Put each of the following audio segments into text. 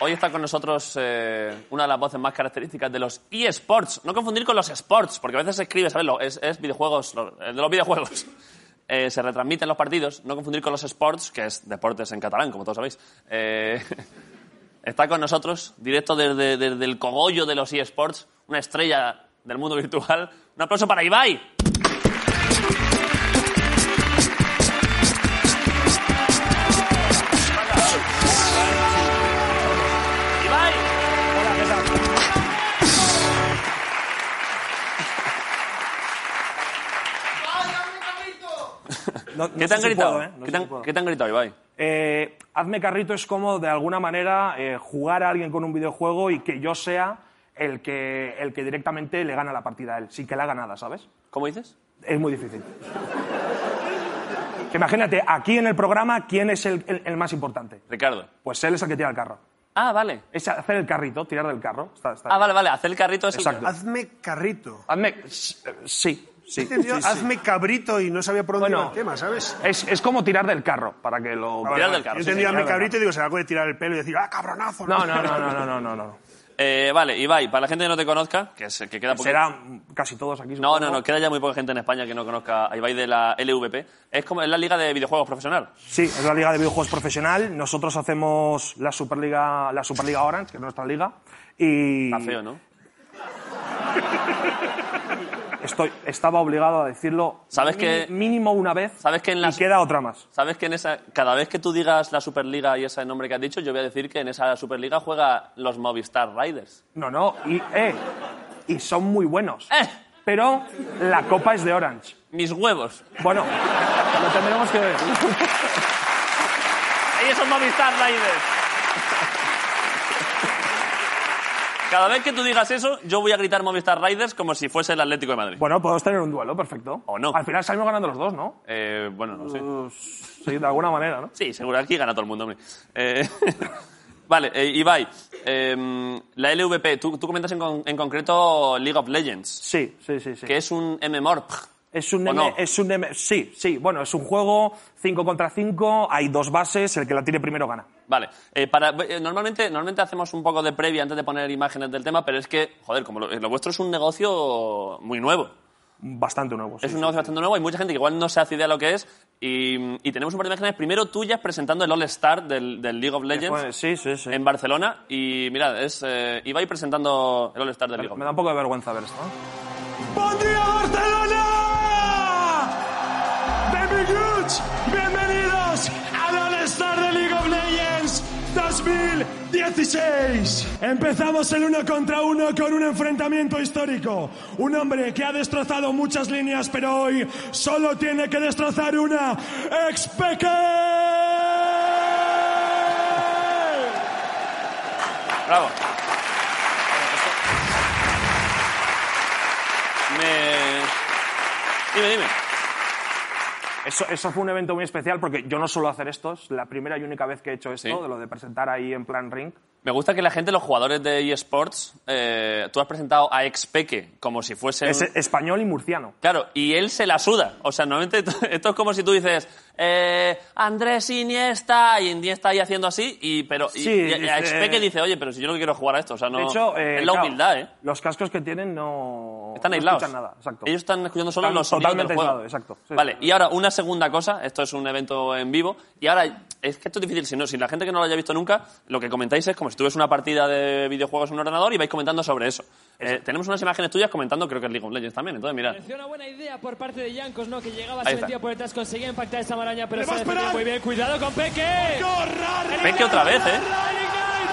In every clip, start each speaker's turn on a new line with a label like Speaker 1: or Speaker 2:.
Speaker 1: Hoy está con nosotros eh, una de las voces más características de los eSports. No confundir con los sports, porque a veces se escribe, ¿sabes? Lo- Es, es videojuegos, lo- es de los videojuegos. Eh, se retransmiten los partidos, no confundir con los sports, que es deportes en catalán, como todos sabéis. Eh, está con nosotros, directo desde, desde el cogollo de los eSports, una estrella del mundo virtual. Un aplauso para Ibai. Ibai.
Speaker 2: No- no
Speaker 1: ¿Qué te
Speaker 2: sé
Speaker 1: han
Speaker 2: si
Speaker 1: gritado?
Speaker 2: puedo, ¿eh? No
Speaker 1: ¿Qué
Speaker 2: sé
Speaker 1: te han-
Speaker 2: si puedo.
Speaker 1: qué te han gritado, Ibai?
Speaker 2: Eh, hazme carrito es como, de alguna manera, eh, jugar a alguien con un videojuego y que yo sea el que, el que directamente le gana la partida a él, sin que le haga nada, ¿sabes?
Speaker 1: ¿Cómo dices?
Speaker 2: Es muy difícil. Que imagínate, aquí en el programa, ¿quién es el, el- el más importante?
Speaker 1: Ricardo.
Speaker 2: Pues él es el que tira el carro.
Speaker 1: Ah, vale.
Speaker 2: Es hacer el carrito, tirar del carro. Está- está
Speaker 1: Ah,
Speaker 2: bien.
Speaker 1: vale, vale. Hacer el carrito es el-
Speaker 2: Exacto.
Speaker 3: Hazme carrito.
Speaker 2: Hazme... Sí, sí.
Speaker 3: Entendido, Hazme cabrito y no sabía por dónde
Speaker 2: Bueno.
Speaker 3: iba el tema, ¿sabes?
Speaker 2: Es, es como tirar del carro, para que lo...
Speaker 1: Tirar del carro,
Speaker 3: Yo
Speaker 1: sí,
Speaker 3: entendí
Speaker 1: sí,
Speaker 3: hazme
Speaker 2: tirar del
Speaker 3: cabrito y digo, se la puede tirar el pelo y decir, ah, cabronazo.
Speaker 2: No, no, no, no, no, no, no. no.
Speaker 1: Eh, vale, Ibai, para la gente que no te conozca, que, se- que queda poca-
Speaker 2: Será casi todos aquí.
Speaker 1: No,
Speaker 2: supongo.
Speaker 1: no, no, queda ya muy poca gente en España que no conozca a Ibai de la LVP. Es como es la liga de videojuegos profesional.
Speaker 2: Sí, es la liga de videojuegos profesional. Nosotros hacemos la Superliga, la Superliga Orange, que es nuestra liga. Y
Speaker 1: Está feo, ¿no?
Speaker 2: estoy, estaba obligado a decirlo
Speaker 1: ¿Sabes
Speaker 2: mini-
Speaker 1: que-
Speaker 2: mínimo una vez
Speaker 1: ¿Sabes que en las-
Speaker 2: y queda otra más.
Speaker 1: ¿Sabes que en esa cada vez que tú digas la Superliga y ese nombre que has dicho, yo voy a decir que en esa Superliga juega los Movistar Riders?
Speaker 2: No, no, y, eh, y son muy buenos.
Speaker 1: ¡Eh!
Speaker 2: Pero la copa es de Orange.
Speaker 1: Mis huevos.
Speaker 2: Bueno, lo tendremos que ver.
Speaker 1: ¡Ahí esos Movistar Riders! Cada vez que tú digas eso, yo voy a gritar Movistar Riders como si fuese el Atlético de Madrid.
Speaker 2: Bueno, podemos tener un duelo, perfecto.
Speaker 1: O no.
Speaker 2: Al final salimos ganando los dos, ¿no?
Speaker 1: Eh, bueno, no sé.
Speaker 2: Sí, de alguna manera, ¿no?
Speaker 1: Sí, seguro, aquí gana todo el mundo, hombre. Eh, vale, eh, Ibai, eh, la LVP, tú, tú comentas en, con- en concreto League of Legends,
Speaker 2: Sí, sí, sí. sí.
Speaker 1: que es un MMORP.
Speaker 2: Es un,
Speaker 1: ¿O
Speaker 2: M-
Speaker 1: no?
Speaker 2: es un M- sí, sí, bueno, es un juego 5 contra 5, hay dos bases, el que la tire primero gana.
Speaker 1: Vale, eh, para, eh, normalmente, normalmente hacemos un poco de previa antes de poner imágenes del tema, pero es que, joder, como lo, lo vuestro es un negocio muy nuevo.
Speaker 2: Bastante nuevo. sí,
Speaker 1: Es un
Speaker 2: sí.
Speaker 1: negocio bastante nuevo, hay mucha gente que igual no se hace idea de lo que es y, y tenemos un par de imágenes, primero tuyas presentando el All-Star del, del League of Legends Em,
Speaker 2: Bueno, sí, sí, sí.
Speaker 1: en Barcelona y mirad, es eh, Ibai presentando el All-Star del League of
Speaker 2: Me da un poco de vergüenza ver esto. ¿eh?
Speaker 3: ¡Pondría Barcelona! ¡Benvinguts! ¡Bienvenidos al All-Star de League of Legends 2016! Empezamos el uno contra uno con un enfrentamiento histórico. Un hombre que ha destrozado muchas líneas, pero hoy solo tiene que destrozar una. ¡Expeque!
Speaker 1: Bravo. Me... Dime, dime.
Speaker 2: Eso, eso fue un evento muy especial porque yo no suelo hacer esto, es la primera y única vez que he hecho esto,
Speaker 1: Sí.
Speaker 2: de lo de presentar ahí en plan ring.
Speaker 1: Me gusta que la gente, los jugadores de eSports, eh, tú has presentado a Expeque como si fuese... un-
Speaker 2: Es español y murciano.
Speaker 1: Claro, y él se la suda. O sea, normalmente esto- esto es como si tú dices eh, Andrés Iniesta y Iniesta ahí haciendo así, y pero y,
Speaker 2: Sí,
Speaker 1: y- y a
Speaker 2: dice-
Speaker 1: Expeque dice, oye, pero si yo no quiero jugar a esto, o sea, no...
Speaker 2: de hecho, eh,
Speaker 1: es la
Speaker 2: claro,
Speaker 1: humildad, ¿eh?
Speaker 2: Los cascos que tienen no,
Speaker 1: Están
Speaker 2: no
Speaker 1: aislados.
Speaker 2: escuchan nada, exacto.
Speaker 1: Ellos están escuchando solo
Speaker 2: Están
Speaker 1: los sonidos
Speaker 2: totalmente
Speaker 1: del juego.
Speaker 2: aislados, exacto. Sí.
Speaker 1: Vale, y ahora una segunda cosa, esto es un evento en vivo, y ahora es que esto es difícil, si, no, si la gente que no lo haya visto nunca, lo que comentáis es como si tuviese una partida de videojuegos en un ordenador y vais comentando sobre eso. Eh, tenemos unas imágenes tuyas comentando, creo que es League of Legends también, entonces mirad.
Speaker 4: Pareció una buena idea por parte de Yankos, ¿no? Que llegaba,
Speaker 1: Ahí
Speaker 4: se
Speaker 1: está.
Speaker 4: metía por detrás, conseguía impactar esa maraña, pero
Speaker 3: ¡Le
Speaker 4: se
Speaker 3: va a
Speaker 4: defendió
Speaker 3: esperar!
Speaker 4: muy bien. ¡Cuidado con Peque!
Speaker 1: Ven que otra vez, ¿eh?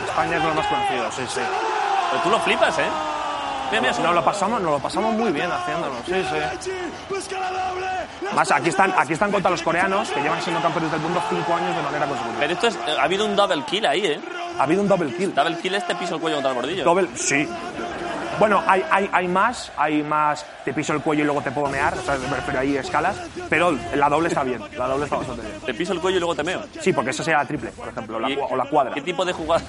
Speaker 2: España es lo más conocido, sí, sí.
Speaker 1: Pero tú lo flipas, ¿eh? Mira, mira,
Speaker 2: Nos lo pasamos, nos lo pasamos muy bien haciéndolo, sí, sí.
Speaker 5: Pues
Speaker 3: Busca la doble. La
Speaker 2: Más aquí están, aquí están contra los coreanos que llevan siendo campeones del mundo cinco años de manera consecutiva.
Speaker 1: Pero esto es, eh, ha habido un double kill ahí, ¿eh?
Speaker 3: rodea
Speaker 2: Ha habido un double kill.
Speaker 1: Double kill este piso el cuello contra el bordillo.
Speaker 2: Double, sí. Bueno, hay, hay, hay más, hay más, te piso el cuello y luego te puedo mear, o sea, me refiero ahí a escalas, pero la doble está bien, la doble está bastante bien.
Speaker 1: Te piso el cuello y luego te meo.
Speaker 2: Sí, porque esa sería la triple, por ejemplo, la
Speaker 1: ¿Y
Speaker 2: cua- o la cuadra.
Speaker 1: ¿Qué tipo de jugada?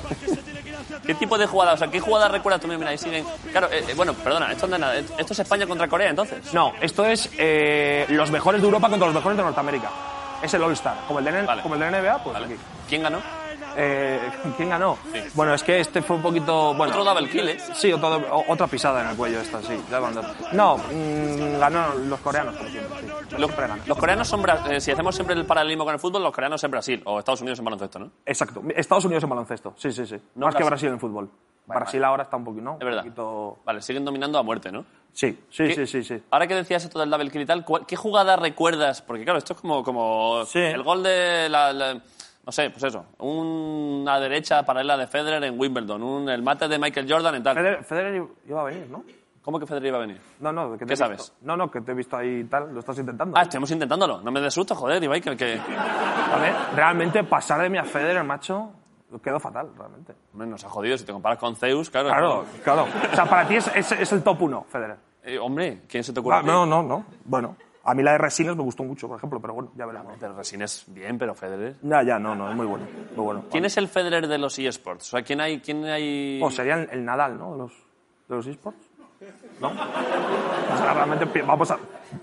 Speaker 1: ¿Qué tipo de jugada? O sea, ¿qué jugada recuerda tú? Mira, ahí siguen. Claro, eh, eh, bueno, perdona, esto, no es nada. esto es España contra Corea, entonces.
Speaker 2: No, esto es eh, los mejores de Europa contra los mejores de Norteamérica. Es el All-Star, como, el de N-
Speaker 1: Vale.
Speaker 2: como el de NBA, pues
Speaker 1: Vale.
Speaker 2: aquí.
Speaker 1: ¿Quién ganó?
Speaker 2: Eh, ¿Quién ganó? Bueno, es que este fue un poquito... Bueno,
Speaker 1: Otro double kill, ¿eh?
Speaker 2: Sí, otro- o- otra pisada en el cuello esta, sí. ya cuando- No, mm, ganó los coreanos, por ejemplo. Sí.
Speaker 1: Los,
Speaker 2: Siempre ganan.
Speaker 1: los coreanos son. Bra- eh, si hacemos siempre el paralelismo con el fútbol, los coreanos en Brasil o Estados Unidos en baloncesto, ¿no?
Speaker 2: Exacto. Estados Unidos en baloncesto. Sí, sí, sí.
Speaker 1: No
Speaker 2: Más que
Speaker 1: Brasil.
Speaker 2: Brasil en fútbol. Brasil ahora está un poquito, ¿no?
Speaker 1: Es verdad.
Speaker 2: Un poquito-
Speaker 1: Vale, siguen dominando a muerte, ¿no?
Speaker 2: Sí, sí,
Speaker 1: ¿Qué-
Speaker 2: sí, sí, sí.
Speaker 1: Ahora que decías esto del double kill y tal, ¿cuál- ¿qué jugada recuerdas? Porque claro, esto es como, como
Speaker 2: Sí.
Speaker 1: el gol de la, la- No sé, pues eso. Una derecha paralela de Federer en Wimbledon, un, el mate de Michael Jordan en tal.
Speaker 2: Federer, Federer iba a venir, ¿no?
Speaker 1: ¿Cómo que Federer iba a venir?
Speaker 2: No, no, que te
Speaker 1: ¿Qué
Speaker 2: he visto-
Speaker 1: sabes?
Speaker 2: No, no, que te he visto ahí y tal, lo estás intentando.
Speaker 1: Ah, estamos intentándolo. No me des susto, joder, y Michael, que...
Speaker 2: A ver, realmente pasar de mí a Federer, macho, quedó fatal, realmente.
Speaker 1: Hombre, nos ha jodido. Si te comparas con Zeus, claro.
Speaker 2: Claro, claro. O sea, para ti es, es- es el top uno, Federer.
Speaker 1: Eh, hombre, ¿quién se te ocurre?
Speaker 2: Ah, no, no, no. Bueno, a mí la de Resinos me gustó mucho, por ejemplo, pero bueno, ya veremos.
Speaker 1: Pero Resines, bien, pero Federer...
Speaker 2: Ya, ya, no, no, es muy bueno, muy bueno.
Speaker 1: ¿Quién es el Federer de los eSports? O sea, ¿quién hay...? Quién hay...
Speaker 2: O sería el, el Nadal, ¿no? De los, de los esports. ¿No? O sea, realmente pi- vamos a,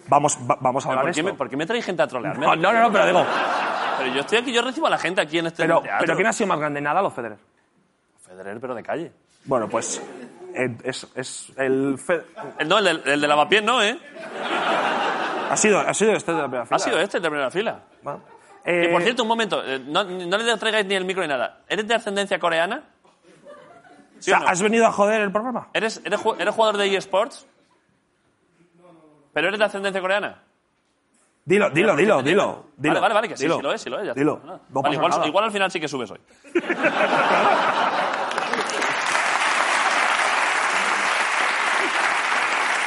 Speaker 2: vamos, va- vamos a
Speaker 1: Pero
Speaker 2: hablar
Speaker 1: ¿por,
Speaker 2: de
Speaker 1: qué me,
Speaker 2: esto.
Speaker 1: ¿Por qué me trae gente a trolearme?
Speaker 2: No, no, no, no, pero digo,
Speaker 1: Pero yo estoy aquí, yo recibo a la gente aquí en este
Speaker 2: pero,
Speaker 1: teatro.
Speaker 2: pero ¿quién ha sido más grande, Nadal o Federer?
Speaker 1: Federer, pero de calle.
Speaker 2: Bueno, pues eh, es, es el Fe-
Speaker 1: El- Eh, No, el de, el de Lavapiés no, ¿eh?
Speaker 2: ha sido ha sido este de la primera fila.
Speaker 1: Ha sido este el de primera fila.
Speaker 2: Bueno.
Speaker 1: Y por
Speaker 2: Eh,
Speaker 1: cierto, un momento, eh, no, no le traigáis ni el micro ni nada. ¿Eres de ascendencia coreana?
Speaker 2: o
Speaker 1: ¿Sí o
Speaker 2: sea,
Speaker 1: no?
Speaker 2: ¿has venido a joder el programa?
Speaker 1: ¿Eres, eres, ju- eres jugador de eSports? ¿Pero eres de ascendencia coreana?
Speaker 2: Dilo, dilo, dilo, dilo, dilo.
Speaker 1: vale, vale, vale, que sí,
Speaker 2: dilo,
Speaker 1: sí lo es, sí lo es. ya está.
Speaker 2: dilo.
Speaker 1: No, nada.
Speaker 2: No
Speaker 1: Vale,
Speaker 2: pasa
Speaker 1: igual,
Speaker 2: nada.
Speaker 1: igual al final sí que subes hoy.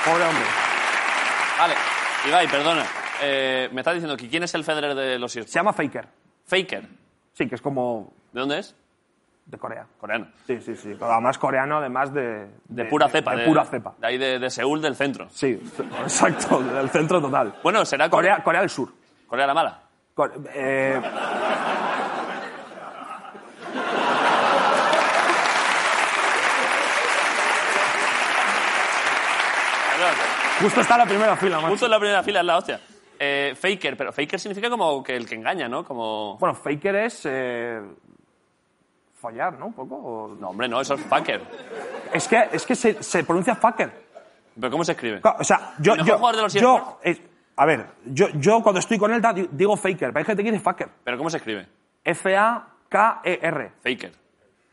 Speaker 2: Pobre hombre.
Speaker 1: Vale, Ibai, perdona. Eh, me estás diciendo que quién es el Federer de los eSports.
Speaker 2: Se llama Faker.
Speaker 1: Faker. ¿De
Speaker 2: Sí, que es como
Speaker 1: dónde es?
Speaker 2: de Corea.
Speaker 1: Coreano.
Speaker 2: Sí, sí, sí. Además coreano, además de
Speaker 1: De pura cepa.
Speaker 2: De, pura cepa.
Speaker 1: De ahí de, de Seúl, del centro.
Speaker 2: Sí, exacto, del centro total.
Speaker 1: Bueno, será Corea.
Speaker 2: Corea, Corea del Sur.
Speaker 1: Corea la mala.
Speaker 2: Cor- eh,
Speaker 1: Perdón.
Speaker 2: justo está la primera fila, macho.
Speaker 1: Justo en la primera fila es la hostia. Eh, faker, pero faker significa como que el que engaña, ¿no? Como.
Speaker 2: Bueno, faker es eh, follar, ¿no? Un poco. o-
Speaker 1: No, hombre, no, eso es fucker.
Speaker 2: Es que, es que se, se pronuncia fucker.
Speaker 1: ¿Pero cómo se escribe?
Speaker 2: Claro, O sea, yo,
Speaker 1: ¿El mejor
Speaker 2: yo,
Speaker 1: jugador de los
Speaker 2: yo-
Speaker 1: eSports?
Speaker 2: eh, a ver, yo, yo cuando estoy con él da- digo faker, pero hay gente que dice fucker.
Speaker 1: ¿Pero cómo se escribe?
Speaker 2: E F-A-K-E-R.
Speaker 1: Faker.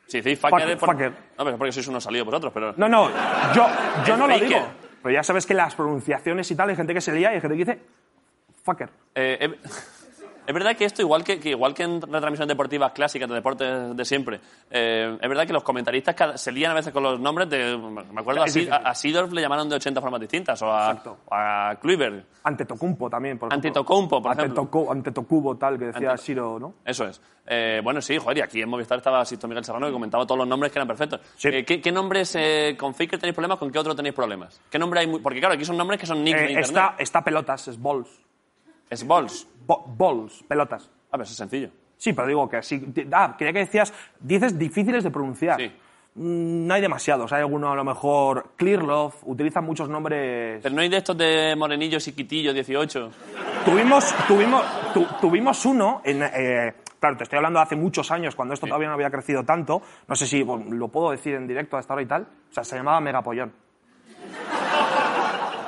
Speaker 1: Si decís fucker.
Speaker 2: Fucker,
Speaker 1: es
Speaker 2: fucker.
Speaker 1: No, pero es porque sois unos salidos vosotros, pero.
Speaker 2: No, no, yo, yo
Speaker 1: El
Speaker 2: no lo
Speaker 1: faker.
Speaker 2: digo. Pero ya sabes que las pronunciaciones y tal, hay gente que se lía y hay gente que dice fucker.
Speaker 1: Eh, es... es verdad que esto, igual que, que igual que en retransmisiones deportivas clásicas de deportes de siempre, eh, es verdad que los comentaristas cada- se lían a veces con los nombres de. Me acuerdo, a,
Speaker 2: Sí, sí,
Speaker 1: Sid-
Speaker 2: sí.
Speaker 1: a, a Seedorf le llamaron de 80 formas distintas, o a,
Speaker 2: Exacto.
Speaker 1: o a Kluivert.
Speaker 2: Antetokounmpo también, por ejemplo.
Speaker 1: Antetokounmpo, por ejemplo.
Speaker 2: Antetokounmpo, Antetokounmpo, tal, que decía
Speaker 1: Anteto-
Speaker 2: Siro, ¿no?
Speaker 1: Eso es. Eh, bueno, sí, joder, y aquí en Movistar estaba Sisto Miguel Serrano que comentaba todos los nombres que eran perfectos.
Speaker 2: Sí.
Speaker 1: Eh, ¿qué, qué nombres eh, con Faker tenéis problemas? ¿Con qué otro tenéis problemas? ¿Qué nombre hay? muy- Porque claro, aquí son nombres que son nicks de
Speaker 2: Eh,
Speaker 1: internet.
Speaker 2: está, está pelotas, es balls.
Speaker 1: Es Balls.
Speaker 2: Bo- balls, pelotas.
Speaker 1: A ver, eso es sencillo.
Speaker 2: Sí, pero digo que sí. Di- Ah, quería que decías, dices difíciles de pronunciar.
Speaker 1: Sí.
Speaker 2: Mm, No hay demasiados. Hay alguno, a lo mejor, Clearlove, utiliza muchos nombres.
Speaker 1: Pero no hay de estos de Morenillo, Siquitillo, 18.
Speaker 2: Tuvimos, tuvimos, tu- tuvimos uno en. eh, Claro, te estoy hablando de hace muchos años, cuando esto todavía no había crecido tanto. No sé si bueno, lo puedo decir en directo hasta ahora y tal. O sea, se llamaba Megapollón.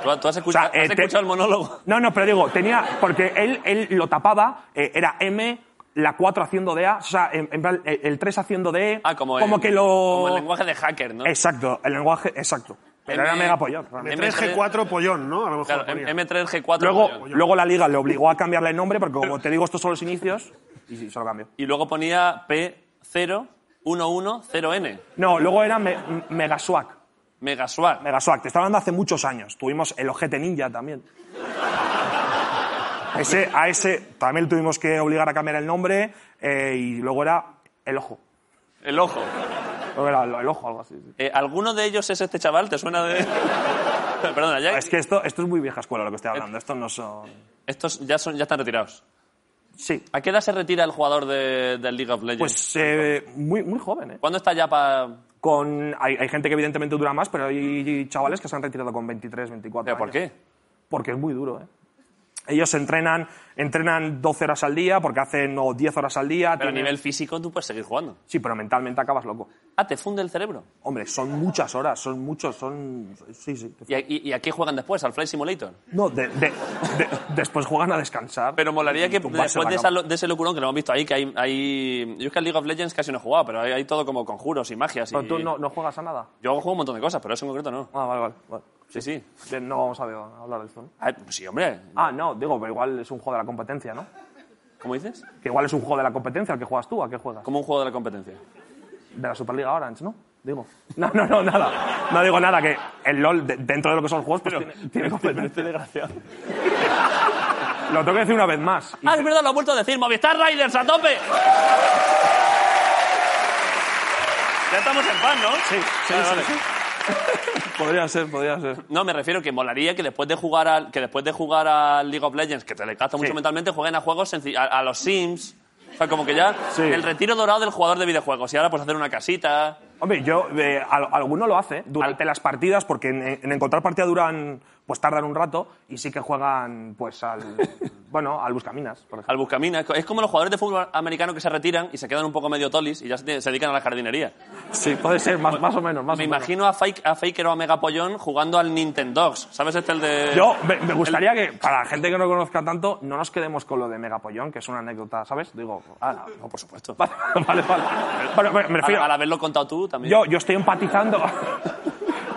Speaker 1: ¿Tú, tú has escuchado,
Speaker 2: O sea, eh,
Speaker 1: has
Speaker 2: te-
Speaker 1: escuchado el monólogo?
Speaker 2: No, no, pero digo, tenía. Porque él, él lo tapaba, eh, era M, la 4 haciendo de A, o sea, en, en plan, el, el 3 haciendo de E.
Speaker 1: Ah, como, el,
Speaker 2: que lo.
Speaker 1: como el lenguaje de hacker, ¿no?
Speaker 2: Exacto, el lenguaje, exacto. Pero
Speaker 1: M-
Speaker 2: era mega pollón.
Speaker 1: M-
Speaker 2: realmente.
Speaker 6: 3G4 pollón, ¿no? A lo mejor.
Speaker 1: Claro,
Speaker 6: ponía.
Speaker 1: M- M3G4.
Speaker 2: Luego, luego la liga le obligó a cambiarle el nombre porque, como te digo, estos son los inicios y sí, se lo cambió.
Speaker 1: Y luego ponía P0110N.
Speaker 2: No, luego era me, m- Megaswag.
Speaker 1: Megaswag.
Speaker 2: Megaswag, te estaba hablando hace muchos años. Tuvimos el Ojete Ninja también. Ese, a ese también le tuvimos que obligar a cambiar el nombre eh, y luego era El Ojo.
Speaker 1: El ojo.
Speaker 2: Creo que era el, el ojo, algo así. sí.
Speaker 1: Eh, ¿Alguno de ellos es este chaval? ¿Te suena de...? Perdona, ya,
Speaker 2: Es que esto, esto es muy vieja escuela lo que estoy hablando. Estos no son.
Speaker 1: estos ya, son, ya están retirados.
Speaker 2: Sí.
Speaker 1: ¿A qué edad se retira el jugador de, del League of Legends?
Speaker 2: Pues eh, muy, muy joven, ¿eh?
Speaker 1: ¿Cuándo está ya para...?
Speaker 2: Con, hay, hay gente que evidentemente dura más, pero hay chavales que se han retirado con 23, 24
Speaker 1: ¿Pero por
Speaker 2: años.
Speaker 1: qué?
Speaker 2: Porque es muy duro, ¿eh? Ellos entrenan, entrenan 12 horas al día porque hacen o 10 horas al día.
Speaker 1: Pero a
Speaker 2: tienen-
Speaker 1: nivel físico tú puedes seguir jugando.
Speaker 2: Sí, pero mentalmente acabas loco.
Speaker 1: Ah, ¿te funde el cerebro?
Speaker 2: Hombre, son muchas horas, son muchos, son... Sí, sí.
Speaker 1: ¿Y a, y- y a qué juegan después? ¿Al Flight Simulator?
Speaker 2: No, de- de- de- después juegan a descansar.
Speaker 1: Pero molaría que
Speaker 2: Tumbarse
Speaker 1: después
Speaker 2: en
Speaker 1: de,
Speaker 2: la
Speaker 1: esa
Speaker 2: cama.
Speaker 1: lo- de ese locurón que lo hemos visto ahí, que hay, hay... Yo es que al League of Legends casi no he jugado, pero hay, hay todo como conjuros y magias. Y...
Speaker 2: Pero tú no, no juegas a nada.
Speaker 1: Yo juego un montón de cosas, pero eso en concreto no.
Speaker 2: Ah, vale, vale. vale.
Speaker 1: Sí, sí.
Speaker 2: Bien, no vamos a a hablar de esto, ¿no?
Speaker 1: Ah, pues sí, hombre.
Speaker 2: Ah, no, digo, pero igual es un juego de la competencia, ¿no?
Speaker 1: ¿Cómo dices?
Speaker 2: Que igual es un juego de la competencia al que juegas tú, ¿a qué juegas?
Speaker 1: Como un juego de la competencia.
Speaker 2: De la Superliga Orange, ¿no? Digo. No, no, no, nada. No digo nada, que el LOL, de- dentro de lo que son los juegos, pues tiene, tiene competencia. Lo tengo que decir una vez más. Y-
Speaker 1: Ah, es verdad, lo ha vuelto a decir. Movistar Riders a tope. Ya estamos en paz, ¿no? Sí,
Speaker 2: sí, sí, podría ser, podría ser.
Speaker 1: No, me refiero que molaría que después de jugar al, que después de jugar al League of Legends, que te le gasta mucho
Speaker 2: Sí.
Speaker 1: mentalmente, jueguen a juegos senci- a, a los Sims. O sea, como que ya
Speaker 2: Sí.
Speaker 1: el retiro dorado del jugador de videojuegos. Y ahora pues hacer una casita.
Speaker 2: Hombre, yo, eh, al- alguno lo hace durante las partidas, porque en, en encontrar partida duran, pues tardan un rato, y sí que juegan, pues al, bueno, al Buscaminas, por ejemplo.
Speaker 1: Al buscaminas. Es como los jugadores de fútbol americano que se retiran y se quedan un poco medio tolis y ya se, tiene- se dedican a la jardinería.
Speaker 2: Sí, puede ser, más, más o menos, más
Speaker 1: Me
Speaker 2: o menos.
Speaker 1: imagino a, Fake, a Faker o a Megapollón jugando al Nintendogs. ¿Sabes este el de...?
Speaker 2: Yo me, me gustaría que, para la gente que no conozca tanto, no nos quedemos con lo de Megapollón, que es una anécdota, ¿sabes? Digo, ah,
Speaker 1: No, por supuesto.
Speaker 2: vale, vale. vale. Bueno, me me
Speaker 1: Al,
Speaker 2: refiero,
Speaker 1: al haberlo contado tú también.
Speaker 2: yo, yo estoy empatizando.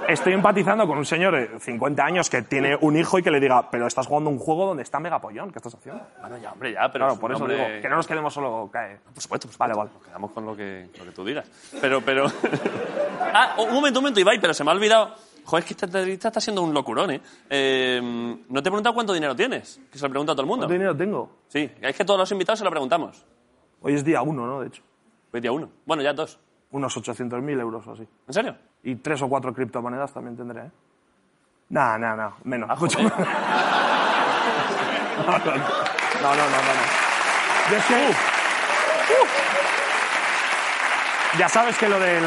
Speaker 2: Estoy empatizando con un señor de 50 años que tiene un hijo y que le diga, pero estás jugando un juego donde está Megapollón, ¿qué estás haciendo?
Speaker 1: Bueno, ya, hombre, ya, pero...
Speaker 2: Claro,
Speaker 1: es
Speaker 2: por
Speaker 1: un
Speaker 2: eso
Speaker 1: hombre-
Speaker 2: digo, que no nos quedemos solo cae.
Speaker 1: Por supuesto, por supuesto.
Speaker 2: Vale, vale.
Speaker 1: Nos quedamos con lo que, lo que tú digas. Pero, pero... ah, un momento, un momento, Ibai, pero se me ha olvidado... Joder, es que esta entrevista está siendo un locurón, ¿eh? Eh, No te he preguntado cuánto dinero tienes, que se lo pregunta a todo el mundo.
Speaker 2: ¿Cuánto dinero tengo?
Speaker 1: Sí, es que todos los invitados se lo preguntamos.
Speaker 2: Hoy es día uno, ¿no? De hecho,
Speaker 1: Hoy día uno. Bueno, ya dos.
Speaker 2: unos 800.000 euros o así.
Speaker 1: ¿En serio?
Speaker 2: Y tres o cuatro criptomonedas también tendré, ¿eh? Nah, nah, nah, menos.
Speaker 1: Ah,
Speaker 2: Mucho menos. no, no, no, no, no, no. Yo es que- Uh. Ya sabes que lo del...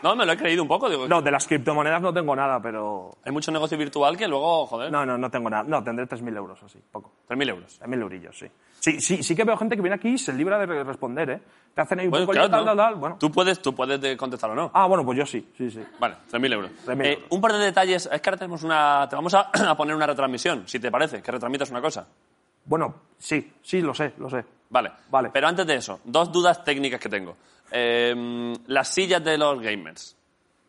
Speaker 1: No, me lo he creído un poco, digo...
Speaker 2: No, de las criptomonedas no tengo nada, pero...
Speaker 1: Hay mucho negocio virtual que luego, joder,
Speaker 2: No, no, no tengo nada. No, tendré 3.000 euros o así, poco.
Speaker 1: 3.000 euros.
Speaker 2: 3.000 eurillos, sí. Sí, sí. sí que veo gente que viene aquí y se libra de re- responder, ¿eh? Te hacen ahí un
Speaker 1: Bueno,
Speaker 2: poco...
Speaker 1: claro,
Speaker 2: tal,
Speaker 1: tú-
Speaker 2: tal, tal, bueno.
Speaker 1: tú puedes, tú puedes de- contestar o no.
Speaker 2: Ah, bueno, pues yo sí, sí, sí.
Speaker 1: Vale, 3.000 euros.
Speaker 2: 3.000
Speaker 1: Eh,
Speaker 2: euros.
Speaker 1: un par de detalles. Es que ahora tenemos una. Te vamos a, a poner una retransmisión, si te parece, que retransmitas una cosa.
Speaker 2: Bueno, sí, sí, lo sé, lo sé.
Speaker 1: Vale.
Speaker 2: Vale.
Speaker 1: Pero antes de eso, dos dudas técnicas que tengo. Eh, las sillas de los gamers.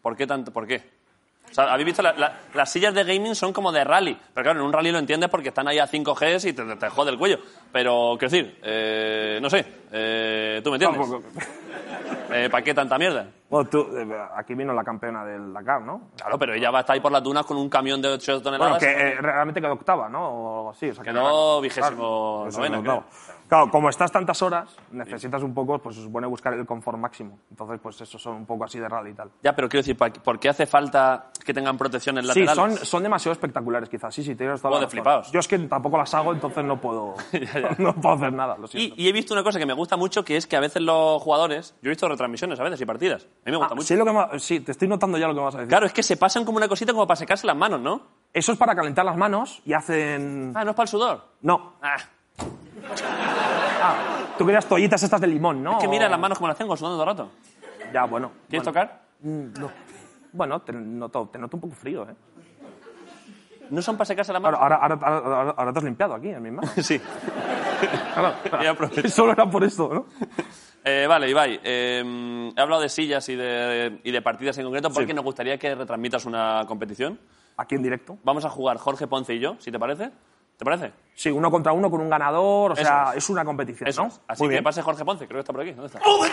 Speaker 1: ¿Por qué tanto? ¿Por qué? O sea, habéis visto, la- la- las sillas de gaming son como de rally. Pero claro, en un rally lo entiendes porque están ahí a 5Gs y te, te jode el cuello. Pero, quiero decir, eh, no sé, eh, ¿tú me entiendes? Eh,
Speaker 2: Tampoco-
Speaker 1: ¿Para qué tanta mierda?
Speaker 2: Bueno, tú, eh, aquí vino la campeona del Dakar, ¿no?
Speaker 1: Claro, pero ella va a estar ahí por las dunas con un camión de 8
Speaker 2: Bueno,
Speaker 1: toneladas.
Speaker 2: que eh, realmente quedó octava, ¿no? O algo así. O sea, que
Speaker 1: Quedó
Speaker 2: ganó.
Speaker 1: vigésimo
Speaker 2: Claro,
Speaker 1: novena,
Speaker 2: vigésimo octavo. Claro, como estás tantas horas, necesitas un poco, pues se supone buscar el confort máximo. Entonces, pues eso son un poco así de rally y tal.
Speaker 1: Ya, pero quiero decir, ¿pa- ¿por qué hace falta que tengan protecciones
Speaker 2: Sí,
Speaker 1: laterales?
Speaker 2: son, son demasiado espectaculares quizás. Sí, sí, tienes toda
Speaker 1: Joder,
Speaker 2: la razón.
Speaker 1: flipaos.
Speaker 2: Yo es que tampoco las hago, entonces no puedo,
Speaker 1: Ya, ya.
Speaker 2: No puedo hacer nada, lo
Speaker 1: Y,
Speaker 2: siento.
Speaker 1: y he visto una cosa que me gusta mucho, que es que a veces los jugadores... Yo he visto retransmisiones a veces y partidas. A mí me gusta
Speaker 2: Ah,
Speaker 1: mucho.
Speaker 2: sí, lo que ma- sí, te estoy notando ya lo que vas a decir.
Speaker 1: Claro, es que se pasan como una cosita como para secarse las manos, ¿no?
Speaker 2: Eso es para calentar las manos y hacen...
Speaker 1: Ah, no es para el sudor.
Speaker 2: No, Ah,
Speaker 1: Ah,
Speaker 2: tú querías toallitas estas de limón, ¿no?
Speaker 1: es que mira las manos como las tengo, sudando todo el rato.
Speaker 2: Ya, bueno.
Speaker 1: ¿Quieres
Speaker 2: bueno.
Speaker 1: tocar?
Speaker 2: Mm, No. Bueno, te noto, te noto un poco frío, ¿eh?
Speaker 1: ¿No son para secarse las
Speaker 2: Ahora,
Speaker 1: manos?
Speaker 2: ahora, ahora, ahora- ahora te has limpiado aquí, en mis manos.
Speaker 1: Sí. Y aprovecho.
Speaker 2: Solo era por esto, ¿no?
Speaker 1: Eh, vale, Ibai. eh, he hablado de sillas y de, y de partidas en concreto porque nos gustaría que retransmitas una competición.
Speaker 2: Aquí en directo.
Speaker 1: Vamos a jugar Jorge Ponce y yo, si te parece. ¿Te parece?
Speaker 2: Sí, uno contra uno con un ganador, o
Speaker 1: Eso
Speaker 2: sea,
Speaker 1: es.
Speaker 2: es. una competición,
Speaker 1: Eso
Speaker 2: ¿no?
Speaker 1: es. Así que pase Jorge Ponce, creo que está por aquí. ¿Dónde está?
Speaker 5: ¡Oh,
Speaker 2: ¿Qué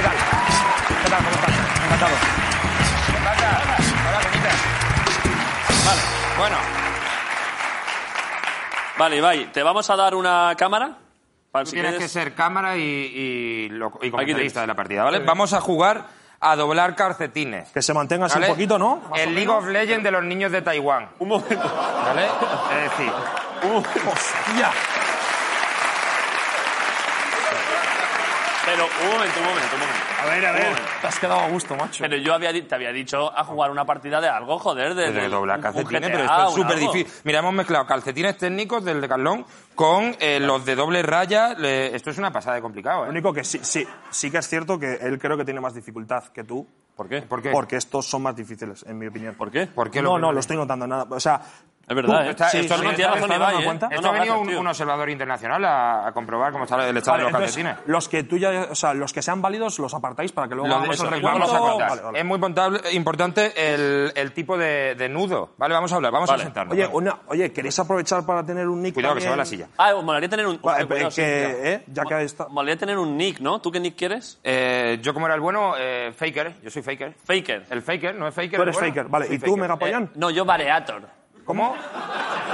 Speaker 2: tal? ¿Qué tal? ¿Cómo estás? Encantado.
Speaker 1: Vale. Bueno. Vale, Ibai, te vamos a dar una cámara. Para,
Speaker 5: Tú
Speaker 1: si
Speaker 5: tienes que
Speaker 1: quieres-
Speaker 5: ser cámara y, y, lo- y
Speaker 1: tienes.
Speaker 5: comentarista de la partida, ¿vale? Vamos a jugar a doblar calcetines.
Speaker 2: Que se mantenga así
Speaker 5: ¿vale?
Speaker 2: un poquito, ¿no? Más o
Speaker 5: El League
Speaker 2: menos.
Speaker 5: of Legends de los niños de Taiwán,
Speaker 1: Un momento.
Speaker 5: ¿vale? Es decir,
Speaker 2: ¡Hostia!
Speaker 1: Pero, un momento, un momento, un momento.
Speaker 2: A ver, a ver. Te has quedado a gusto, macho.
Speaker 1: Pero yo había, di- te había dicho a jugar una partida de algo, joder, de,
Speaker 5: de
Speaker 1: de-
Speaker 5: doblar
Speaker 1: un- un
Speaker 5: calcetines,
Speaker 1: GTA,
Speaker 5: pero esto es
Speaker 1: un
Speaker 5: súper
Speaker 1: algo.
Speaker 5: difícil. Mira, hemos mezclado calcetines técnicos del de Carlón con eh, los de doble raya. le- esto es una pasada de complicado,
Speaker 2: Lo
Speaker 5: ¿eh?
Speaker 2: único que sí, sí, sí que es cierto que él creo que tiene más dificultad que tú.
Speaker 1: ¿Por qué?
Speaker 5: ¿Por qué?
Speaker 2: Porque estos son más difíciles, en mi opinión.
Speaker 1: ¿Por qué?
Speaker 5: ¿Por qué
Speaker 2: no,
Speaker 5: lo-
Speaker 2: no, lo estoy notando nada. O sea,
Speaker 1: Es verdad,
Speaker 2: tú-
Speaker 1: ¿eh?
Speaker 5: está-
Speaker 1: Sí,
Speaker 5: esto
Speaker 1: sí,
Speaker 5: no
Speaker 1: no
Speaker 5: me
Speaker 1: tiene
Speaker 5: está
Speaker 1: razón
Speaker 2: dando
Speaker 1: Ibai, ¿eh?
Speaker 2: cuenta.
Speaker 1: No,
Speaker 5: Esto
Speaker 1: no,
Speaker 5: ha venido
Speaker 1: gracias,
Speaker 5: un,
Speaker 1: tío.
Speaker 5: un observador internacional a, a comprobar cómo está el estado
Speaker 2: Vale,
Speaker 5: de los
Speaker 2: entonces,
Speaker 5: calcetines.
Speaker 2: los que tú ya, o sea, los que sean válidos los apartáis para que luego
Speaker 5: Lo de-
Speaker 2: hagamos
Speaker 5: eso,
Speaker 2: el
Speaker 5: vamos
Speaker 2: recuento.
Speaker 5: a contar. Em-
Speaker 2: Vale, vale.
Speaker 5: Es muy importante- importante el, el tipo de, de nudo. Vale, vamos a hablar, vamos
Speaker 1: Vale.
Speaker 5: a sentarnos.
Speaker 2: Oye,
Speaker 5: Venga.
Speaker 2: una- oye, ¿queréis aprovechar para tener un nick?
Speaker 5: Cuidado que se va la
Speaker 2: también?
Speaker 5: silla.
Speaker 1: Ah, me molaría tener un...
Speaker 2: Bueno, eh,
Speaker 1: cuidado,
Speaker 2: que-
Speaker 1: sí, cuidado.
Speaker 2: eh, ya que está-
Speaker 1: Molaría tener un nick, ¿no? ¿Tú qué nick quieres?
Speaker 5: Eh, yo como era el bueno, eh, Faker, yo soy Faker.
Speaker 1: Faker.
Speaker 5: El Faker, no es Faker.
Speaker 2: Tú eres
Speaker 5: el bueno.
Speaker 2: faker, vale.
Speaker 5: Soy
Speaker 2: ¿Y tú,
Speaker 5: Faker.
Speaker 1: Eh,
Speaker 2: Megapollón?
Speaker 1: no, yo Bareator.
Speaker 5: ¿Cómo?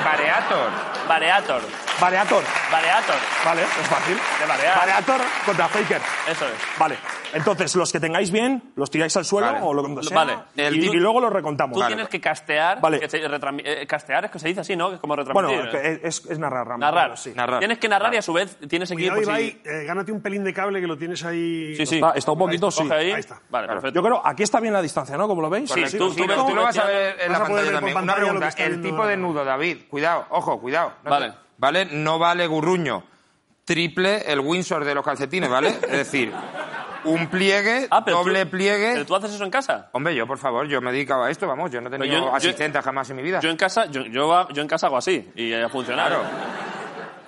Speaker 5: Bareator.
Speaker 1: Bareator.
Speaker 2: Variator.
Speaker 1: Bareator.
Speaker 2: Vale, es fácil.
Speaker 1: De variar.
Speaker 2: Variator contra faker.
Speaker 1: Eso es.
Speaker 2: Vale. Entonces, los que tengáis bien, los tiráis al suelo
Speaker 5: Vale.
Speaker 2: o lo que sea.
Speaker 1: Vale. El
Speaker 2: Y,
Speaker 1: tú-
Speaker 2: y luego los recontamos.
Speaker 1: Tú tienes que castear...
Speaker 2: Vale.
Speaker 1: que se- retram- eh, castear es que se dice así, ¿no? Que es como
Speaker 2: Bueno,
Speaker 1: retransmitir. ¿eh?
Speaker 2: que es, es narrar, Ramón.
Speaker 1: narrar.
Speaker 2: Sí.
Speaker 5: Narrar.
Speaker 1: Tienes que narrar y a su vez tienes que ir...
Speaker 6: Cuidado,
Speaker 1: por si-
Speaker 6: Ibai, eh, gánate un pelín de cable que lo tienes ahí.
Speaker 1: Sí, sí.
Speaker 2: pues Está, está un poquito, sí.
Speaker 1: Coge ahí.
Speaker 6: Ahí está.
Speaker 1: Vale, perfecto.
Speaker 2: Yo creo, aquí está bien la distancia, ¿no? Como lo veis.
Speaker 1: Sí,
Speaker 5: Sí,
Speaker 1: tú-
Speaker 5: sí,
Speaker 1: tú
Speaker 5: lo-
Speaker 1: ves- tú
Speaker 5: lo
Speaker 1: ves
Speaker 5: vas
Speaker 1: ya-
Speaker 5: a ver
Speaker 6: vas
Speaker 5: en la
Speaker 6: a poder
Speaker 5: pantalla
Speaker 6: ver por
Speaker 5: también. Una
Speaker 6: pantalla lo que
Speaker 5: pregunta,
Speaker 6: está
Speaker 5: el
Speaker 6: viendo
Speaker 5: tipo
Speaker 6: ahora.
Speaker 5: de nudo, David, cuidado, ojo, cuidado. No te-
Speaker 1: Vale.
Speaker 5: Vale, no vale gurruño. Triple el Windsor de los calcetines, ¿vale? es decir, un pliegue,
Speaker 1: Ah, pero tú-
Speaker 5: doble pliegue.
Speaker 1: ¿Pero tú haces eso en casa?
Speaker 5: Hombre, yo, por favor, yo me he dedicado a esto, vamos, yo no he
Speaker 1: Pero
Speaker 5: tenido
Speaker 1: yo- yo-
Speaker 5: asistenta jamás en mi vida.
Speaker 1: Yo en casa, yo, yo, yo en casa hago así y ¿eh? ha funcionado.
Speaker 5: claro.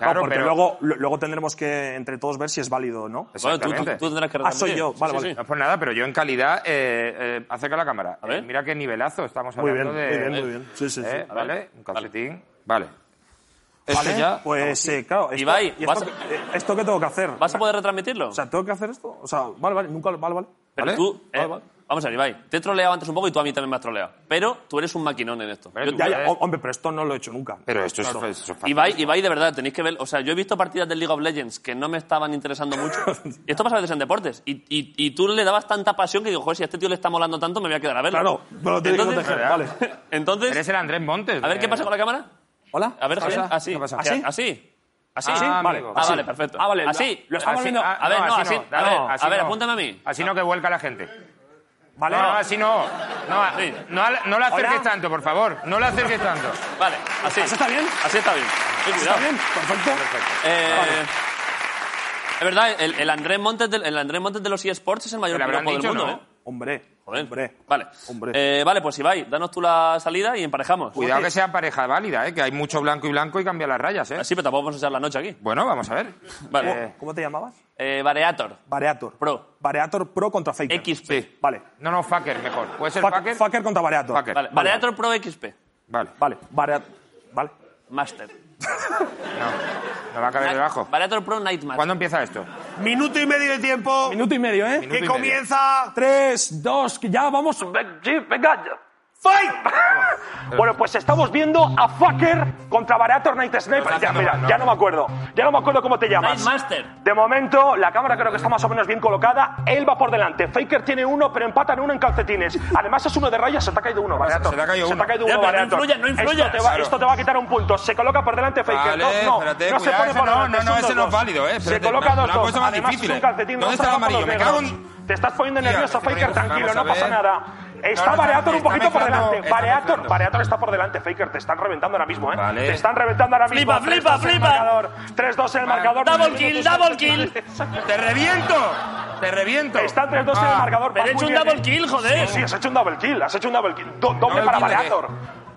Speaker 2: No,
Speaker 5: Claro,
Speaker 2: porque
Speaker 5: pero
Speaker 2: luego, lo- luego tendremos que entre todos ver si es válido o no.
Speaker 1: Bueno, tú, tú,
Speaker 5: Exactamente.
Speaker 1: tú tendrás que
Speaker 2: Ah, soy
Speaker 1: retransmitir.
Speaker 2: yo. Vale, vale.
Speaker 5: No es por nada, pero yo en calidad, eh, eh, acerca la cámara.
Speaker 1: A ver.
Speaker 5: Eh, mira qué nivelazo estamos
Speaker 2: Muy
Speaker 5: hablando
Speaker 2: bien,
Speaker 5: de.
Speaker 2: muy bien, muy bien. Sí, sí, sí.
Speaker 5: eh,
Speaker 1: ver.
Speaker 5: ¿Vale? Un calcetín. Vale. Eso
Speaker 2: Vale,
Speaker 5: ya.
Speaker 2: Pues eh, claro. Esto,
Speaker 1: Este Ibai,
Speaker 2: y
Speaker 1: vas
Speaker 2: esto,
Speaker 1: a-
Speaker 2: que- eh, esto que tengo que hacer?
Speaker 1: ¿Vas a poder retransmitirlo?
Speaker 2: O sea, ¿tengo que hacer esto? O sea, vale, vale, nunca, vale, vale.
Speaker 1: Pero
Speaker 5: ¿vale?
Speaker 1: tú, eh,
Speaker 2: Vale, vale.
Speaker 1: vamos a ver, Ibai, te he troleado antes un poco y tú a mí también me has troleado. Pero tú eres un maquinón en esto.
Speaker 5: Pero
Speaker 1: Yo-
Speaker 2: Ya, ya,
Speaker 5: Vale.
Speaker 2: hom- hombre, pero esto no lo he hecho nunca.
Speaker 5: Pero esto es- es. es fácil.
Speaker 1: Ibai, Ibai, de verdad, tenéis que ver. O sea, yo he visto partidas del League of Legends que no me estaban interesando mucho. y esto pasa a veces en deportes. Y, y, y tú le dabas tanta pasión que digo, joder, si a este tío le está molando tanto, me voy a quedar a verlo.
Speaker 2: Claro, pero lo tienes que
Speaker 1: Entonces-
Speaker 2: proteger, vale.
Speaker 5: Eres
Speaker 1: Entonces,
Speaker 5: el Andrés Montes. eh.
Speaker 1: a ver qué pasa con la cámara.
Speaker 2: ¿Hola?
Speaker 1: A ver,
Speaker 2: ¿Qué
Speaker 1: Javier, Ah,
Speaker 2: pasa?
Speaker 1: así.
Speaker 2: ¿Qué pasa?
Speaker 1: Así.
Speaker 2: ¿Así?
Speaker 1: Así. Así.
Speaker 2: ¿Así?
Speaker 5: Ah,
Speaker 2: vale.
Speaker 5: amigo.
Speaker 1: Ah,
Speaker 5: Así.
Speaker 1: vale, perfecto.
Speaker 2: Ah, vale,
Speaker 1: Así.
Speaker 2: lo estamos
Speaker 5: Así-
Speaker 2: viendo.
Speaker 5: ah,
Speaker 1: A ver, no, así. A ver,
Speaker 5: así
Speaker 1: a ver,
Speaker 5: no.
Speaker 1: apúntame a mí.
Speaker 5: Así no que vuelca la gente.
Speaker 2: Vale.
Speaker 5: No, no, así no. No, a-
Speaker 1: Sí.
Speaker 5: no, a- no la acerques
Speaker 2: Hola.
Speaker 5: tanto, por favor. No la acerques tanto.
Speaker 1: Vale, así.
Speaker 2: ¿Así está bien?
Speaker 1: Así está bien. Sí,
Speaker 2: ¿Está
Speaker 1: cuidado.
Speaker 2: bien? Perfecto.
Speaker 1: Eh, Es verdad, el, el Andrés Montes del- el Andrés Montes de los eSports es el mayor
Speaker 5: ¿Te lo habrán
Speaker 1: piropo del
Speaker 5: dicho,
Speaker 1: mundo,
Speaker 5: no?
Speaker 1: ¿eh?
Speaker 2: Hombre,
Speaker 1: Joder.
Speaker 2: hombre.
Speaker 1: Vale.
Speaker 2: Hombre.
Speaker 1: Eh, vale, pues Ibai, danos tú la salida y emparejamos.
Speaker 5: Cuidado que sea pareja válida, ¿eh? que hay mucho blanco y blanco y cambia las rayas. ¿eh?
Speaker 1: Así, pero tampoco vamos a echar la noche aquí.
Speaker 5: Bueno, vamos a ver.
Speaker 1: Vale.
Speaker 5: Eh,
Speaker 2: ¿Cómo te llamabas?
Speaker 1: Eh, Variator.
Speaker 2: Variator.
Speaker 1: Pro.
Speaker 2: Variator Pro contra Faker.
Speaker 1: XP.
Speaker 5: Sí.
Speaker 2: Vale.
Speaker 5: No, no, Faker, mejor. ¿Puede ser
Speaker 2: Fuck-
Speaker 5: Faker?
Speaker 2: Fucker contra Variator.
Speaker 5: Fucker.
Speaker 1: Vale,
Speaker 5: Vale.
Speaker 1: Variator Pro XP.
Speaker 5: Vale.
Speaker 2: Vale, Variator. Vale.
Speaker 1: Master.
Speaker 5: No, no va a caber
Speaker 1: Night-
Speaker 5: debajo.
Speaker 1: Variator Pro Nightmare.
Speaker 5: ¿Cuándo empieza esto?
Speaker 6: Minuto y medio de tiempo.
Speaker 2: Minuto y medio, ¿eh?
Speaker 5: Minuto y
Speaker 6: que
Speaker 5: medio.
Speaker 6: comienza.
Speaker 2: Tres, dos, que ya vamos. Ve- sí, Venga, ya. ¡Fight! bueno, pues estamos viendo a Fucker contra Variator Night Sniper.
Speaker 5: Pues
Speaker 2: Ya, mira, ya no me acuerdo. Ya no me acuerdo cómo te llamas.
Speaker 1: Nightmaster.
Speaker 2: De momento, la cámara creo que está más o menos bien colocada. Él va por delante. Faker tiene uno, pero empatan uno en calcetines. Además, es uno de rayas. Se te ha caído uno, Variator.
Speaker 5: se te ha caído
Speaker 2: Se te
Speaker 5: uno.
Speaker 2: ha caído
Speaker 1: Ya,
Speaker 2: uno,
Speaker 1: pero no
Speaker 2: Variator.
Speaker 1: influyas, no influyas.
Speaker 2: Esto te, va,
Speaker 5: Claro.
Speaker 2: esto te va a quitar un punto. Se coloca por delante Faker.
Speaker 5: Vale,
Speaker 2: no, no,
Speaker 5: espérate,
Speaker 2: no se
Speaker 5: cuidado,
Speaker 2: pone
Speaker 5: ese
Speaker 2: por
Speaker 5: no,
Speaker 2: delante.
Speaker 5: no, no,
Speaker 2: son
Speaker 5: ese
Speaker 2: dos,
Speaker 5: no es
Speaker 2: dos.
Speaker 5: válido, eh,
Speaker 2: Se
Speaker 5: espérate,
Speaker 2: coloca
Speaker 5: no,
Speaker 2: dos,
Speaker 5: no,
Speaker 2: dos.
Speaker 5: pues es más
Speaker 2: Además,
Speaker 5: difícil,
Speaker 2: es
Speaker 5: eh.
Speaker 2: un calcetín.
Speaker 5: ¿Dónde
Speaker 2: no
Speaker 5: está el
Speaker 2: trabaja
Speaker 5: amarillo?
Speaker 2: los
Speaker 5: Me
Speaker 2: dedos.
Speaker 5: cago en-
Speaker 2: Te estás poniendo
Speaker 5: Mira,
Speaker 2: nervioso,
Speaker 5: te estoy
Speaker 2: Faker.
Speaker 5: buscando,
Speaker 2: Tranquilo, no
Speaker 5: vamos a
Speaker 2: pasa
Speaker 5: ver.
Speaker 2: nada.
Speaker 5: No,
Speaker 2: Está
Speaker 5: no,
Speaker 2: Variator un
Speaker 5: está
Speaker 2: poquito por
Speaker 5: mezclando,
Speaker 2: delante.
Speaker 5: está
Speaker 2: Variator,
Speaker 5: mezclando.
Speaker 2: Variator está por delante, Faker. Te están reventando ahora mismo, ¿eh?
Speaker 5: Vale.
Speaker 2: Te están reventando ahora
Speaker 1: Flipa,
Speaker 2: mismo.
Speaker 1: flipa,
Speaker 2: 3-2 en el
Speaker 1: flipa.
Speaker 2: marcador. 3-2 en el marcador.
Speaker 1: Double kill, double kill.
Speaker 5: ¡Te reviento! ¡Te reviento! Ah.
Speaker 2: Están 3-2 en el marcador.
Speaker 1: Pero
Speaker 2: vas
Speaker 1: he hecho
Speaker 2: muy
Speaker 1: un
Speaker 2: bien,
Speaker 1: double
Speaker 2: ¿eh?
Speaker 1: kill, joder.
Speaker 2: Sí, has hecho un double kill, has hecho un double kill. Do- doble
Speaker 5: Double
Speaker 2: para
Speaker 5: kill de
Speaker 2: Variator.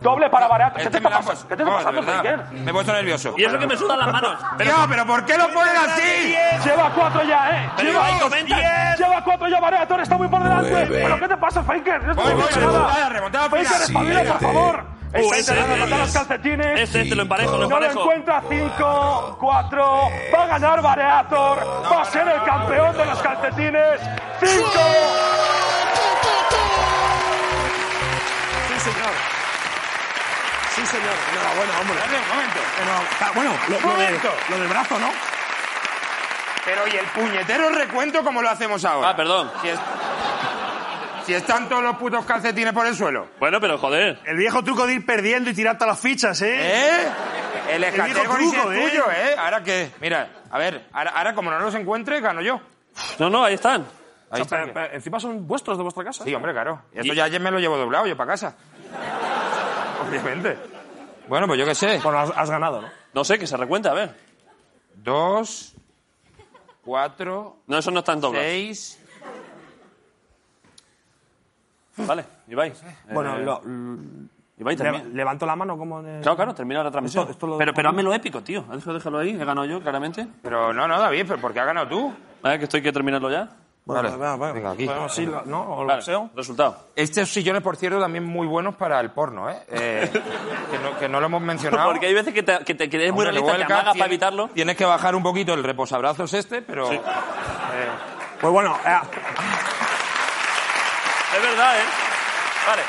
Speaker 2: Doble para Variator. ¿Qué te
Speaker 5: Este me
Speaker 2: está
Speaker 5: la han
Speaker 2: pasando?
Speaker 5: puesto.
Speaker 2: ¿Qué te está
Speaker 5: Vamos, de
Speaker 2: pasando,
Speaker 5: verdad.
Speaker 2: Faker?
Speaker 5: Me he puesto nervioso.
Speaker 1: Y eso que me sudan las manos. Pero
Speaker 5: Tío, pero ¿por qué lo ponen así?
Speaker 2: Lleva cuatro ya, eh.
Speaker 1: Pero
Speaker 2: Lleva,
Speaker 1: Ibai, comenta.
Speaker 2: lleva cuatro ya, Variator está muy por delante. ¿Pero qué te pasa, Faker? No te
Speaker 5: Voy, voy,
Speaker 2: pasa nada.
Speaker 5: remontada, remontada
Speaker 2: Faker,
Speaker 5: final.
Speaker 2: espabila, por
Speaker 7: Siete.
Speaker 1: Uh,
Speaker 2: favor. Está
Speaker 1: ese,
Speaker 2: intentando
Speaker 1: ese,
Speaker 2: levantar los
Speaker 1: ese.
Speaker 2: calcetines.
Speaker 1: este, este lo emparejo, lo
Speaker 2: No lo
Speaker 1: emparejo.
Speaker 2: encuentra 5, 4, va a ganar Bareator, va a ser el campeón de los calcetines. 5. Sí, señor. Sí,
Speaker 6: señor. Enhorabuena, hombre.
Speaker 5: Hombre, un momento.
Speaker 6: Enhorabuena.
Speaker 2: Ah, bueno, lo, lo de-
Speaker 6: ¡Momento!
Speaker 2: lo del brazo, ¿no?
Speaker 5: Pero ¿y el puñetero recuento como lo hacemos ahora?
Speaker 1: Ah, perdón.
Speaker 5: Si, es- si están todos los putos calcetines por el suelo.
Speaker 1: Bueno, pero joder.
Speaker 6: El viejo truco de ir perdiendo y tirarte las fichas, ¿eh?
Speaker 5: ¿Eh? El
Speaker 6: viejo
Speaker 5: escategón es
Speaker 6: truco, ¿eh?
Speaker 5: tuyo, ¿eh? ¿Ahora qué? Mira, a ver, ahora, ahora como no los encuentre, gano yo.
Speaker 1: No, no, ahí están.
Speaker 5: Ahí
Speaker 2: O sea,
Speaker 5: está.
Speaker 2: pero- pero encima son vuestros de vuestra casa.
Speaker 5: Sí, hombre, claro. Y esto
Speaker 1: Y-
Speaker 5: ya ayer me lo llevo doblado yo para casa. Obviamente. Bueno, pues yo qué sé.
Speaker 2: Bueno, has, has ganado, ¿no?
Speaker 1: No sé, que se recuente, a ver.
Speaker 5: Dos, cuatro,
Speaker 1: No, eso no están doblados.
Speaker 5: seis...
Speaker 1: Vale, Ibai.
Speaker 2: Bueno,
Speaker 1: Eh,
Speaker 2: lo-
Speaker 1: Ibai
Speaker 2: le-
Speaker 1: también.
Speaker 2: levanto la mano como en el-
Speaker 1: Claro, claro, termina la transmisión.
Speaker 2: Esto- esto lo-
Speaker 1: Pero, pero hazme lo épico, tío. Déjalo, déjalo ahí, he ganado yo, claramente.
Speaker 5: Pero no, no, David, pero ¿por qué has ganado tú?
Speaker 1: Vale, que esto hay que terminarlo ya.
Speaker 2: Bueno,
Speaker 5: Vale.
Speaker 2: va, va.
Speaker 5: Venga, aquí.
Speaker 2: Bueno, sí, lo- ¿no? O el
Speaker 1: Vale,
Speaker 2: boxeo.
Speaker 1: resultado.
Speaker 5: Estos sillones, por cierto, también muy buenos para el porno, ¿eh? Eh, que, no, que no lo hemos mencionado.
Speaker 1: Porque hay veces que, te, que, te, que eres muy
Speaker 5: Hombre,
Speaker 1: realista,
Speaker 5: luego el
Speaker 1: te
Speaker 5: gas
Speaker 1: amagas
Speaker 5: tiene-
Speaker 1: para evitarlo.
Speaker 5: Tienes que bajar un poquito el reposabrazos este, pero...
Speaker 2: Pues bueno, eh,
Speaker 1: Es verdad, ¿eh? Vale,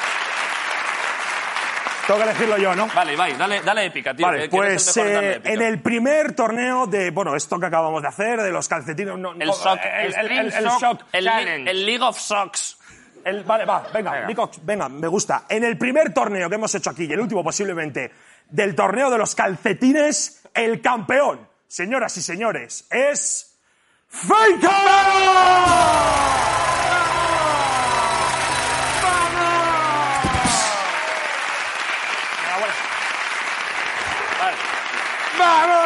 Speaker 2: tengo que elegirlo yo, ¿no?
Speaker 1: vale, Ibai, dale, dale épica, tío.
Speaker 2: Vale,
Speaker 1: que- que eres
Speaker 2: pues
Speaker 1: el mejor en
Speaker 2: eh,
Speaker 1: darle épica.
Speaker 2: en el primer torneo de, bueno, esto que acabamos de hacer, de los calcetines, no,
Speaker 1: El
Speaker 2: no,
Speaker 1: shock,
Speaker 2: el, el-
Speaker 5: Extreme
Speaker 2: el- el
Speaker 5: Shock
Speaker 2: shock,
Speaker 1: El,
Speaker 5: Challenge.
Speaker 1: Li- el League of Socks.
Speaker 2: el- vale, va, venga,
Speaker 5: Venga.
Speaker 2: Nico, venga, me gusta. En el primer torneo que hemos hecho aquí, y el último posiblemente, del torneo de los calcetines, el campeón, señoras y señores, es... ¡Faker!
Speaker 1: Vale.
Speaker 5: ¡Vamos!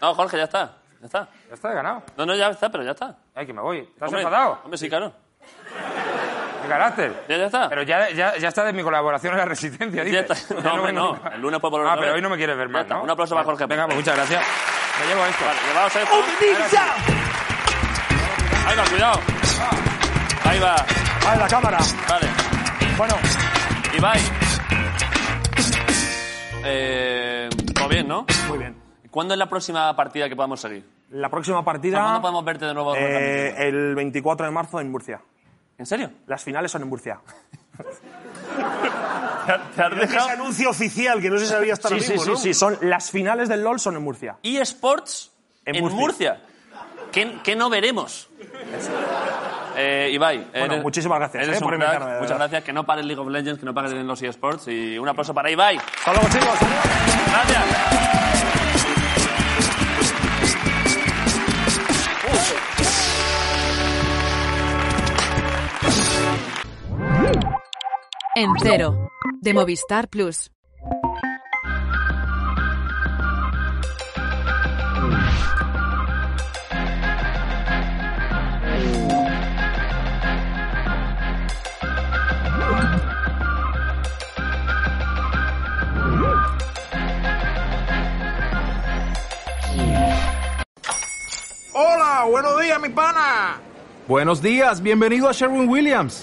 Speaker 1: No, Jorge, ya está. Ya está.
Speaker 5: Ya está, he ganado.
Speaker 1: No, no, ya está, pero ya está.
Speaker 5: Ay, que me voy. ¿Estás
Speaker 1: Hombre,
Speaker 5: enfadado?
Speaker 1: Hombre, sí, claro.
Speaker 5: ¿Qué carácter?
Speaker 1: Ya, ya está.
Speaker 5: Pero ya, ya, ya está de mi colaboración en la Resistencia, dice.
Speaker 1: Ya está. No, hombre, no. El lunes puedes volver
Speaker 5: Ah,
Speaker 1: otra
Speaker 5: pero
Speaker 1: vez.
Speaker 5: hoy no me quieres ver
Speaker 1: Ya
Speaker 5: más,
Speaker 1: está.
Speaker 5: ¿no?
Speaker 1: Un aplauso para Jorge Pérez.
Speaker 5: Venga, pues muchas gracias. Me llevo esto.
Speaker 1: Vale, llevaos esto. Ahí va, cuidado. Ahí va.
Speaker 2: Vale, la cámara.
Speaker 1: Vale.
Speaker 2: Bueno,
Speaker 1: Ibai. Eh, todo bien, ¿no?
Speaker 2: muy bien.
Speaker 1: ¿Cuándo es la próxima partida que podamos seguir?
Speaker 2: La próxima partida...
Speaker 1: ¿Cuándo podemos verte de nuevo?
Speaker 2: Eh, el 24 de marzo en Murcia.
Speaker 1: ¿En serio?
Speaker 2: Las finales son en Murcia.
Speaker 1: ¿Te has
Speaker 6: Ese anuncio oficial que no se sabía hasta
Speaker 2: Sí,
Speaker 6: ahora
Speaker 2: sí,
Speaker 6: mismo,
Speaker 2: sí,
Speaker 6: ¿no?
Speaker 2: sí, son las finales del LOL son en Murcia.
Speaker 1: eSports en,
Speaker 2: En
Speaker 1: Murcia. ¿Qué, qué no veremos? Eh, Ibai.
Speaker 2: Bueno,
Speaker 1: eres-
Speaker 2: muchísimas gracias,
Speaker 1: eres
Speaker 2: eh,
Speaker 1: un
Speaker 2: por
Speaker 1: crack.
Speaker 2: invitarme, de
Speaker 1: Muchas
Speaker 2: verdad.
Speaker 1: gracias. Que no pare League of Legends, que no pare en los eSports. Y un aplauso para Ibai.
Speaker 2: Hasta luego, chicos.
Speaker 1: Gracias.
Speaker 7: Entero, de Movistar Plus.
Speaker 8: Hola, buenos días, mi pana.
Speaker 9: Buenos días, bienvenido a Sherwin Williams.